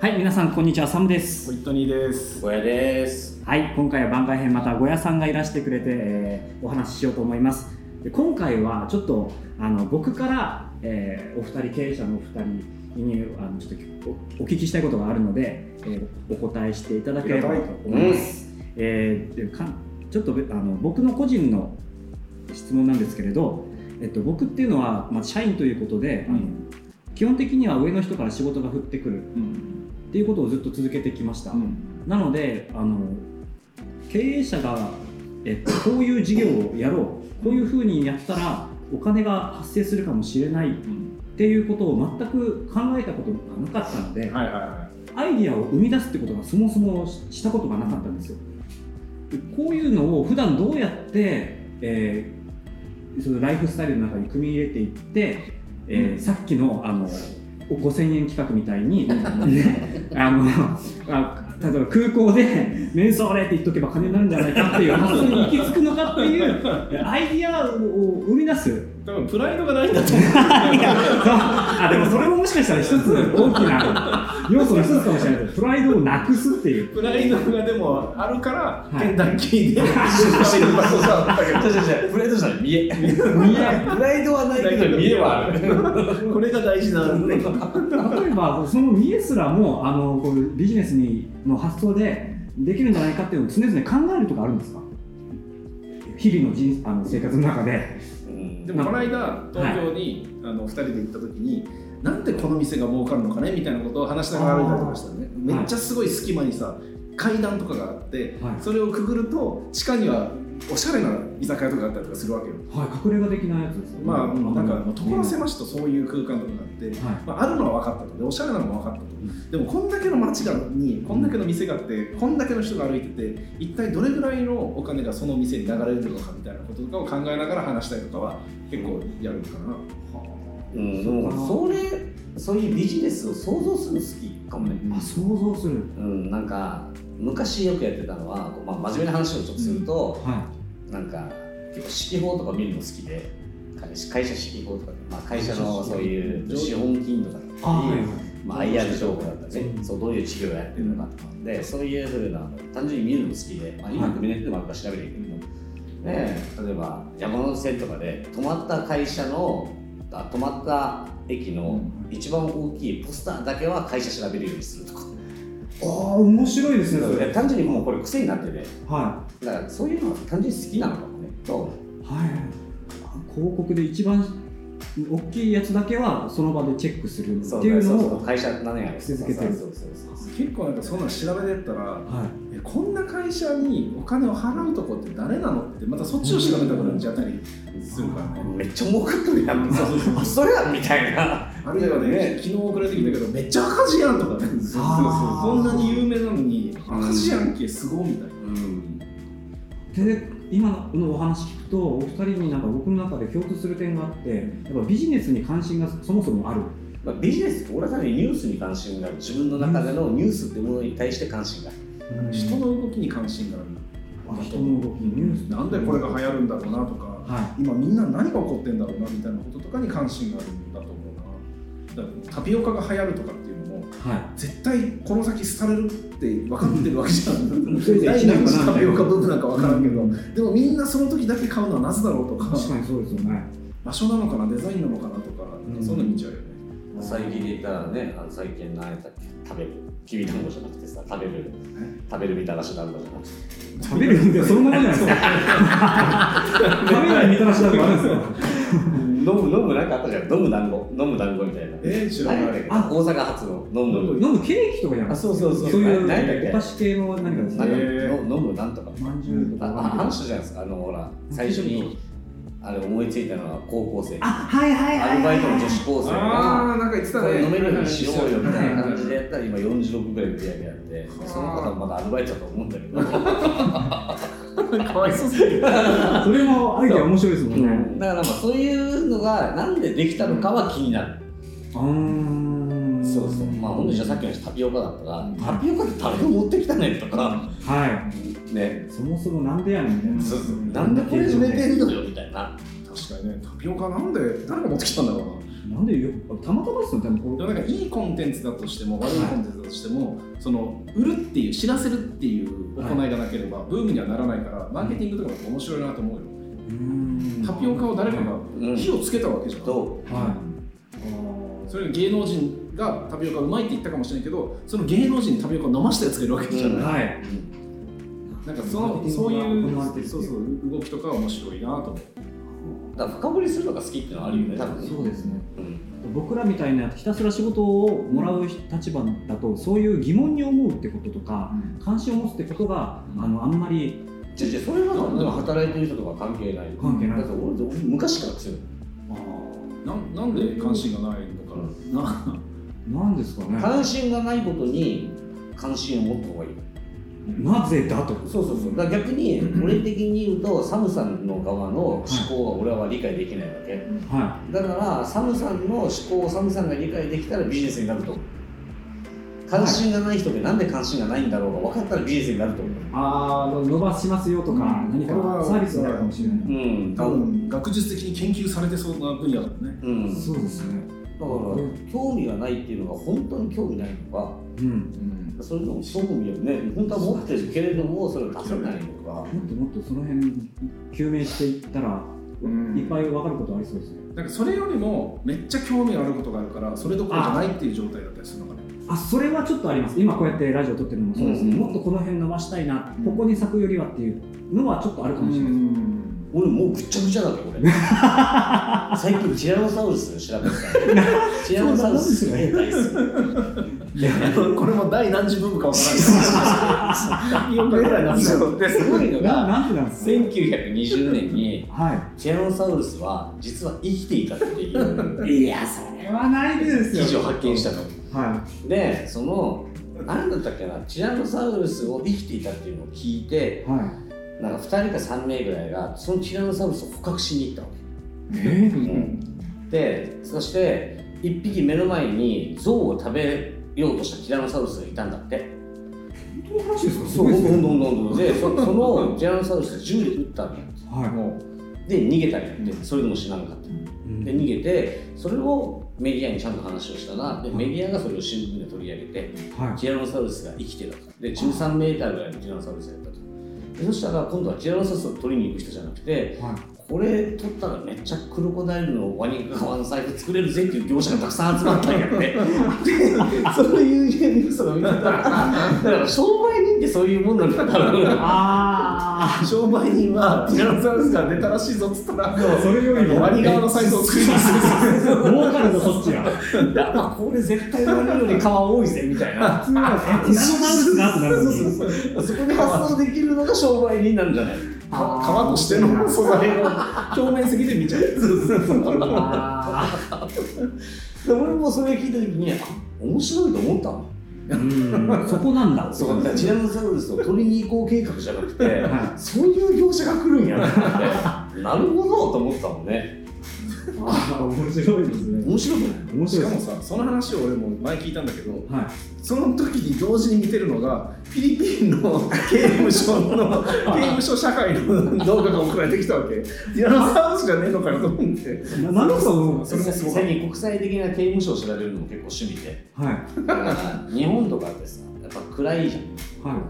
はい、皆さんこんにちは、サムです。イットニーです。小屋です。はい、今回は番外編またゴヤさんがいらしてくれて、えーお話ししようと思います。で今回はちょっとあの僕から、えーお二人経営者のお二人にあのちょっとおお聞きしたいことがあるので、えーお答えしていただければと思います。えーでかちょっとあの僕の個人の質問なんですけれど、えっと、僕っていうのは、まあ、社員ということで、あのうん基本的には上の人から仕事が降ってくるうん。っていうことをずっと続けてきました。ん。なのであの経営者が、えっと、こういう事業をやろうこういうふうにやったらお金が発生するかもしれないっていうことを全く考えたことがなかったので、はいはいはアイディアを生み出すってことがそもそもしたことがなかったんですよ。でこういうのを普段どうやって、えーそのライフスタイルの中に組み入れていって、えーうんさっきのあのお5000円企画みたいに、 ねあのあ例えば空港で「メンソーレ」って言っとけば金になるんじゃないかっていう発想に行き着くのかっていうアイディアを生み出すい。多分プライドがないんだと思う。 いや あでもそれももしかしたら一つ大きな要素の一つかもしれないけどプライドをなくすっていうプライドがでもあるから、いケンタッキーで出身の場所だったけ違う違う違う。プライドじゃない。見え。見え。プライドはないけど見えはある。ど、 これが大事なんで。例えばその見えすらもあのこうビジネスにの発想でできるんじゃないかっていうのを常々考えるとかあるんですか日々の人あの生活の中ででもこの間、東京に、あの二人で行った時に、なんでこの店が儲かるのかねみたいなことを話しながら歩いたりとかしたのね。めっちゃすごい隙間にさ、階段とかがあって、はいそれをくぐると、地下にはおしゃれな居酒屋とかあったりとかするわけよ。はい隠れ家的なやつですよねまあ、なんか所は狭しとそういう空間とかがあって、いまあ、あるのは分かったとでおしゃれなのも分かったと、でもこんだけの街がにこんだけの店があってこんだけの人が歩いてて一体どれぐらいのお金がその店に流れるのかみたいなこととかを考えながら話したりとかは結構やるのかな、うん。でもそれそういうビジネスを想像するの好きかもね。あ想像するうん。なんか昔よくやってたのは、こうまあ真面目な話をちょっとすると、はなんか結構式法とか見るの好きで。会社会社式法とか、まあ、会社のそういう資本金とかだっいたり、いまあ、IR 情報だったりね、うんそうどういう事業をやってるのかとか、でそういうふうな単純に見るのも好きで、まあ、今ってネットでもあるから調べていけど、ねえ、例えば山手線とかで泊まった会社のあ泊まった駅の一番大きいポスターだけは会社調べるようにするとか、ああ面白いですねそいやれ単純にもうこれ癖になっててはだからそういうのは単純に好きなのかもねといはい広告で一番大きいやつだけはその場でチェックするっていうそうそうのそうを会社何やら癖づけてるそうそうそうそう結構なんかそんなの調べてったらはいえこんな会社にお金を払うとこって誰なのってまたそっちを調べたくなっちゃったりするからね、めっちゃ儲かっとるやん そうそうそうあそれやんみたいなあるいはね、ね昨日送られてきたけど、めっちゃ赤字やんとかね、 そうこんなに有名なのに、赤字やんけ、すごいみたいな。うんで今のお話聞くとお二人になんか僕の中で共通する点があってやっぱビジネスに関心がそもそもあるまあ、ビジネスって俺は単にニュースに関心がある自分の中でのニュースってものに対して関心がある人の動きに関心があるあ人の動きニュースなんでこれが流行るんだろうなとか、は今みんな何が起こってんだろうなみたいなこととかに関心があるんだと思うな。だからタピオカが流行るとかっていうのも、いは絶対この先廃れるって分かってるわけじゃん。それで第一年 何か次なタピオカブームなんかい分からんけど、でもみんなその時だけ買うのはなぜだろうとか、確かにそうですよね場所なのかな、デザインなのかなとか、なんかそんなの見ちゃうよね。最近で言ったらねあの最近何やったっけ食べるきびだんごじゃなくてさ食べる食べるみたらし団子じゃなくて食べるんでそんなことじゃないですか 食べないみたらしだとかあるんですよ 飲む飲むなんかあったじゃん飲む団子飲む団子みたいなえー、知ら何やなっい。たっけ大阪発の飲む飲む飲むケーキとかじゃないそうそうそういう何やったっけお菓子系の何かですなんねかへーの飲むなんとかまんじゅうとあかああの人じゃないですかあのほら最初にあれ思いついたのは高校生あはいはいはいアルバイトの女子高生があー、なんか言ってたこね。れ飲めるようにしようよみたいな感じではやったら今46ぐらい売り上げあってはあその方はまだアルバイトだと思うんだけどいはい。かわいそうすぎる。それもアイデア面白いですもんねだからまあそういうのがなんでできたのかは気になる、うーんそうそうまあ本当にじゃあさっきのタピオカだったらタピオカって誰が持ってきたねんとかはねいそもそもなんでやねんみたいなそうそうなんでこれ埋めてんのよみたいな確かにね、タピオカなんで、誰が持ってきたんだろうな。なんでよくたまたまですよでもでもなんかいいコンテンツだとしても悪いコンテンツだとしても、その売るっていう知らせるっていう行いがなければ、ブームにはならないからマーケティングとかも面白いなと思うよ、タピオカを誰かがうん火をつけたわけじゃん、とはそれが芸能人がタピオカうまいって言ったかもしれないけどその芸能人にタピオカを飲ましたやつがいるわけじゃいない、うんはいなんかそのそうい行われてるっていううそうそう動きとかは面白いなと思うだから深掘りするのが好きっていうのはあるよね多分ねそうですねうん僕らみたいなひたすら仕事をもらう立場だとそういう疑問に思うってこととか関心を持つってことがあのあんまりじゃあじゃあそれはなんか働いてる人とか関係ない関係ないだって俺俺昔から強いなんなんで関心がないのかな、ななんですかね関心がないことに関心を持った方がいいなぜだとそうそうそうだから逆に俺的に言うとサムさんの側の思考は俺は理解できないわけはだからサムさんの思考をサムさんが理解できたらビジネスになると思う関心がない人でなんで関心がないんだろうが分かったらビジネスになると思ういああ伸ばしますよとか何かサービスになるかもしれないうん多分学術的に研究されてそうな分野だもんねうんだかそうですねら興味がないっていうのが本当に興味ないのかうんそれとも興味をね本当は持ってるけれどもそれを出せないのかもっともっとその辺究明していったらうんいっぱい分かることありそうですねなんかそれよりもめっちゃ興味があることがあるからそれどころじゃないっていう状態だったりするのかねあそれはちょっとあります今こうやってラジオ撮ってるのもそうですけど、うんもっとこの辺伸ばしたいな、うんここに咲くよりはっていうのはちょっとあるかもしれない、俺もうぐっちゃぐちゃだね 俺最近ティラノサウルス調べてたティラノサウルスすげえ大好きいやこれも第何次ブームかわからない4回ぐらいなんですよすごいのながなんでなんですか1920年にはティラノサウルスは実は生きていたっていういいやそれはないです記事を発見したのはでその何だったっけなティラノサウルスを生きていたっていうのを聞いいてはなんか2人か3名ぐらいがそのティラノサウルスを捕獲しに行ったわけいえーでそして1匹目の前に象を食べようとしたティラノサウルスがいたんだって本当の話ですかすそごういどですんどねんどんどんでそそのティラノサウルスが銃で撃ったんだよはもで逃げたりやってそれでも死ななかったいで逃げてそれをメディアにちゃんと話をしたらでメディアがそれを新聞で取り上げてはいティラノサウルスが生きてたとで13メーターぐらいのティラノサウルスがいたとでそしたら今度はティラノサウルスを取りに行く人じゃなくてはいこれ取ったらめっちゃクロコダイルのワニがワンサイズ作れるぜっていう業者がたくさん集まったん やってでそういうニュースを見てたらだから商売人ってそういうもんなんだからあう 商売人はティラノサウルスが出たらしいぞっつったらあそれよりもワニ側のサイズを作ります儲かるぞそっちがあこれ絶対ワニより皮多いぜみたいな普通はえティラノサウルスなってなるんですよそこで発想できるのが商売人なんじゃない皮として の素材を表面積で見ちゃうあで俺もそれ聞いた時にあ面白いと思ったのーうんそこなんだそうだからティラノサウルスを取りに行こう計画じゃなくてはそういう業者が来るんやと思ってなるほどと思ったもんねあー面白いですね面白くない面し白いかでもすさその話を俺も前聞いたんだけどはいその時に同時に見てるのがフィリピンの刑務所の 刑務所社会の動画が送られてきたわけティラノサウルスじゃねえのかよと思ってななんだそのそれもすごい最近国際的な刑務所を調べるのも結構趣味ではいだから日本とかってさやっぱ暗いじゃんは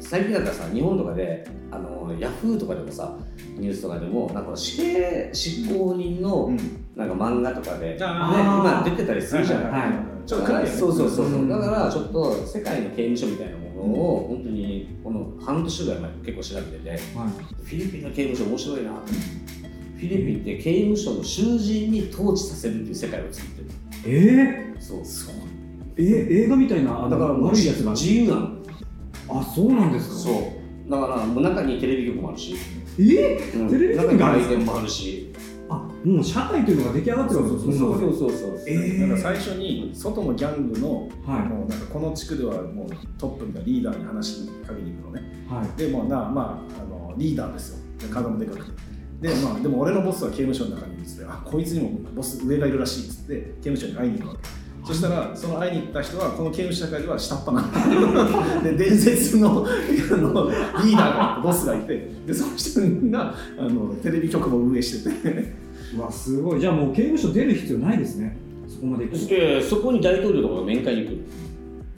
最近だからさ日本とかであのヤフーとかでもさニュースとかでもなんか死刑執行人のなんか漫画とかで、ね、あ今ー出てたりするじゃない、はいちょっと暗いよねそうそうそうそう、うんだからちょっと世界の刑務所みたいなものを本当にこの半年ぐらい前結構調べてていはいフィリピンの刑務所面白いなってフィリピンって刑務所の囚人に統治させるっていう世界を作ってるえそうそうー、え映画みたいなあのだからもう悪いやつが自由なのあそうなんですかそうだからもう中にテレビ局もあるし、えうんテレビ中局にがある売店もあるしあもう社会というのが出来上がってるわけですよの中でそうそうえなんかー、最初に外のギャングのはもうなんかこの地区ではもうトップみたいなリーダーに話しかけに行くのねいはいでもうなまああのリーダーですよで体もでかくてで,、まあ、でも俺のボスは刑務所の中にいるっつってあこいつにもボス上がいるらしいっつって刑務所に会いに行くわけそしたらその会いに行った人はこの刑務所社会では下っ端なんだ で伝説のあのリーダーがボスがいてでその人があのテレビ局も運営しててうわすごいじゃあもう刑務所出る必要ないですねそこまで行そしくてそこに大統領とかが面会に来る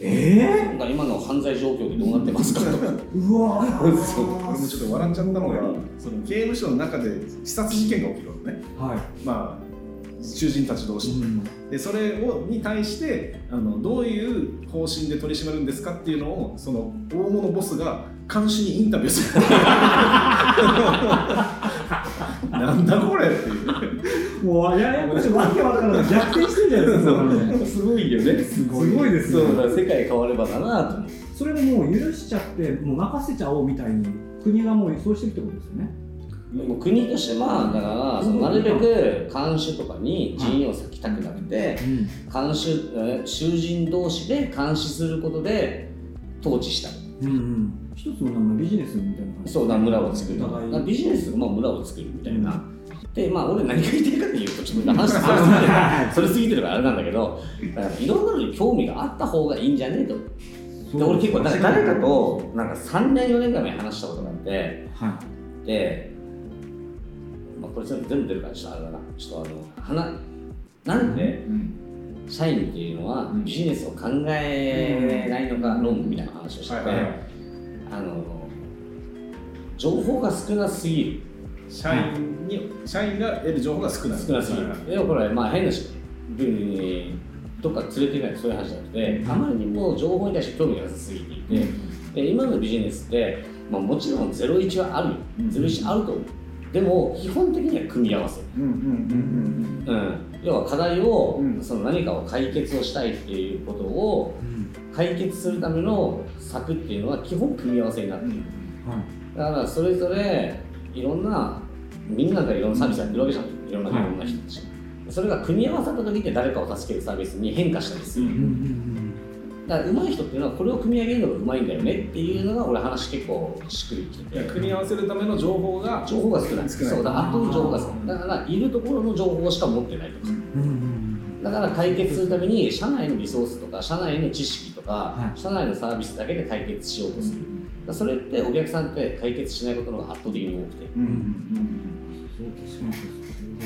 えなんか今の犯罪状況でどうなっ てますかとかー、うわそう俺もちょっと笑っちゃったのが、その刑務所の中で刺殺事件が起きるのね、はいまあ、囚人たち同士、うんでそれをに対してあの、どういう方針で取り締まるんですかっていうのを、その大物ボスが監視にインタビューする。なんだこれっていう。もうややこしいわけわからない逆転してるじゃないですかこれすごいよねすごいすごいですそうよだから世界変わればだなと思ってそれももう許しちゃってもう任せちゃおうみたいに国がもうそうしてるってことですよねもう国としてはだからそのなるべく看守とかに陣を割きたくなくてうん看守え囚人同士で監視することで統治したいうんうん一つのなんかビジネスみたいな感じそうだ村を作るお互いだからビジネスがまあ村を作るみたいな、うでまあ俺何が言いたいかっていうとちょっと話 すそれすぎてるからあれなんだけどだからいろんなのに興味があった方がいいんじゃねえとで俺結構だ誰かとなんか3年4年ぐらい前に話したことがあってはで、まあ、これ全部全部出るからちょっとあれだなちょっとあの話なんで社員っていうのはうんビジネスを考えないのか論みたいな話をしてて、はいはいはいあの情報が少なすぎる社員に社員が得る情報が少ない。少なすぎはるい。でもこれ、まあ、変なし、うんどっか連れていかないそういう話じゃなくて、あまりにも情報に対して興味がなさすぎていて、で今のビジネスって、まあ、もちろん01はあるよ、うん01あると思う。でも、基本的には組み合わせ。うんうんうんうん、要は課題を、うんその何かを解決をしたいっていうことをい、うん解決するための策っていうのは基本組み合わせになってうんうん。る。はいだからそれぞれいろんなみんながいろんなサービスやってるわけじゃんいろんな、はいいろんな人たちそれが組み合わさった時で誰かを助けるサービスに変化したりすうるうんんだから上手い人っていうのはこれを組み上げるのが上手いんだよねっていうのが俺話結構しっくりきいてやて組み合わせるための情報が情報が少ない少ないそうだ圧倒に情報が少ないだからいるところの情報しか持ってないとかうんうんうんだから解決するために社内のリソースとか社内の知識とか、はい社内のサービスだけで解決しようとするだからそれってお客さんって解決しないことの方が圧倒的に多くてうんうんそう確か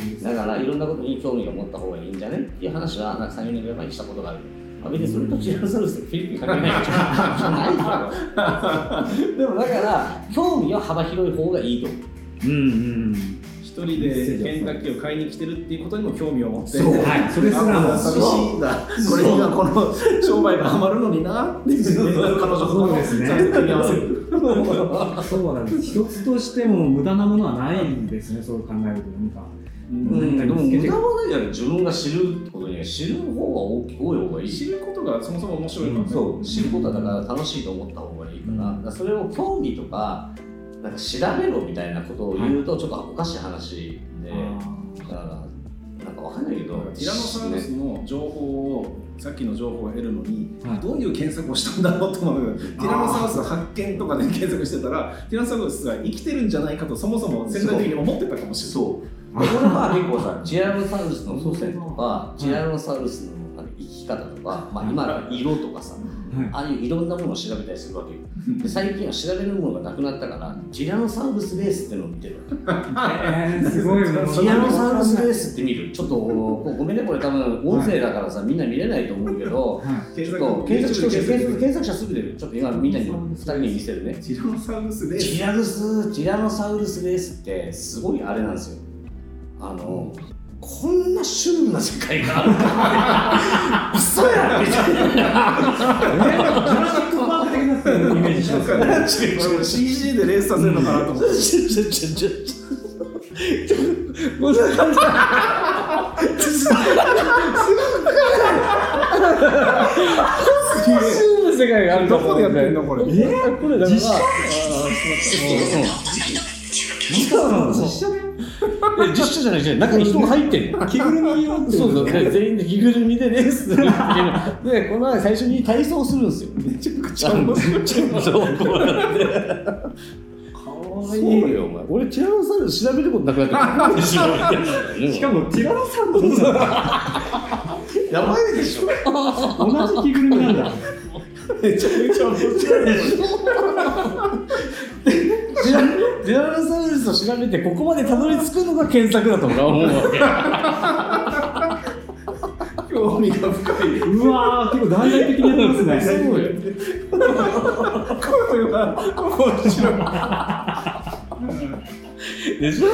にそうだからいろんなことに興味を持った方がいいんじゃねっていう話はなんか3、4年ぐらい前にしたことがある。まあ、別にそれとティラノサウルスとフィリピン関係ないからないから。でもだから興味は幅広い方がいいと思う。うんうん一人でケンタッキーを買いに来てるっていうことにも興味を持ってそうはいそれすらもあ寂しいんだこれがこの商売がハマるのになっていう彼女とそうですね組み合わせるうんそうなんです一つとしても無駄なものはないですねそう考えるとなんかうんんでも無駄はないじゃない自分が知るってことには知る方が多き多い方がいい知し。ることがそもそも面白いからねそう知ることはだから楽しいと思った方がいいから,、うんだからそれを興味とかなんか調べろみたいなことを言うとちょっとおかしい話で、だからなんかわかんないけどティラノサウルスの情報をさっきの情報を得るのにはいどういう検索をしたんだろうと思うティラノサウルスの発見とかで検索してたらティラノサウルスは生きてるんじゃないかとそもそも潜在的に思ってたかもしれないそう。俺は結 構さ、チラノサウルスの祖先とか、いチラノサウルスのなんか生き方とか、まあ、今の色とかさ、はいああいういろんなものを調べたりするわけよ。で最近は調べるものがなくなったから、チラノサウルスレースってのを見てるわけ。 えーすごいもうそチれラはノサウルスレースって見る。ちょっとごめんね、これ多分音声だからさ、みんな見れないと思うけ ど、はいちょっと検索して、検索検索者すぐ出る。ちょっと今みんなに、二人に見せるね。ティラノサウルスレーテスィラノスティラノサウルスレースってすごいあれなんですよあのこんなシュールな世界があるかって嘘やんみ たいえージュラシックパーク的なイメージしますよねなんかね CG でレースさせるのかなと思ってなこんな感じシュールな世界があるどこでやってんのここれえーれだから実写実写なのそう実写でえ実写じゃないじゃない中に人が入ってんの着ぐるみをそうそう、で全員で着ぐるみでレースするっていうので、この前最初に体操するんですよ。めちゃくちゃ面白い。 かわいいそうよ、お前。俺、ティラノサウルス調べることなくなった。 なんで調べてんのしかもティラノサウルスなんだやばいでしょ。同じ着ぐるみなん だめちゃめちゃ面白いでしょ。ティラティラノサウルススを調べてここまでたどり着くのが検索だと僕は思うわけ興味が深い。うわー、結構断片的にやってますね。そうよ。こういうのが、こうしろ。でしょ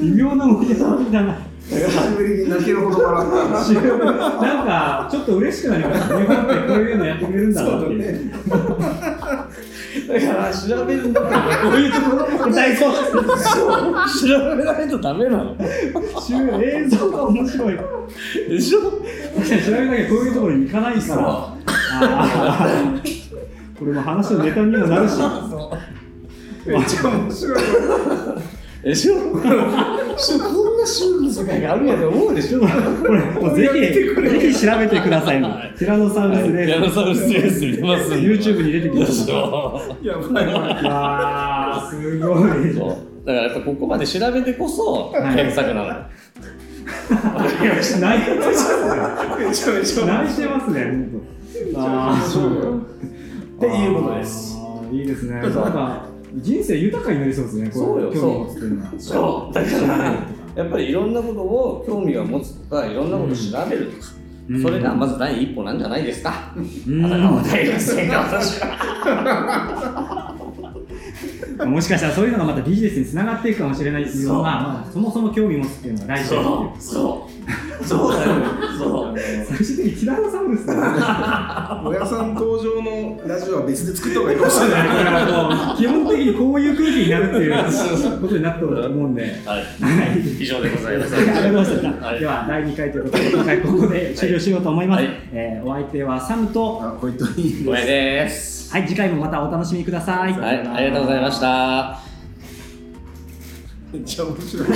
微妙な盛り上がりだな。 久しぶりに泣けるほど笑った。なんか、ちょっと嬉しくなりましたね。こういうのやってくれ るんだなっていう。ね。だから調べるんだからこういうところ歌いそう調べないとダメなの映像が面白い。でしょ確かに調べなきゃこういうところに行かないから。ああこれも話のネタにもなるし。めっちゃ面白い。でしょこんなシュールな世界があるんやで思うでしょこれもうぜひ、ぜひ調べてください。ティラノサウルスレース。ティラノサウルスレース見れますんで YouTube に出てきまでし。したょやばいやばわい。あ、すごい。そうだからやっぱここまで調べてこそはい検索なの泣いてますね。めちゃめちゃ面泣いてますね。本当あー白いよ。っていうことです。あーいいですね。なんか人生豊かになりそうですね。こそうよ興味を持つっていうのは。そうだからやっぱりいろんなことを興味を持つとかいろんなことを調べるとか、それがまず第一歩なんじゃないですか、うんあなたの大学生が私はもしかしたらそういうのがまたビジネスにつながっていくかもしれないですよそううなそもそも興味持つっていうのが大事だよっていうそうそうだよそう最終的にティラノサウルスだよおやさん登場のラジオは別で作った方がいいかもしれない。 基本的にこういう空気になるっていうことになったと思うんで。はいはい以上でございますありがとうございまはした。いでは第2回ということで今回ここで終了しようと思います。はいえーお相手はサムと、あ、こういったいいこれですはい次回もまたお楽しみください。はいありがとうございましためっちゃ面白い。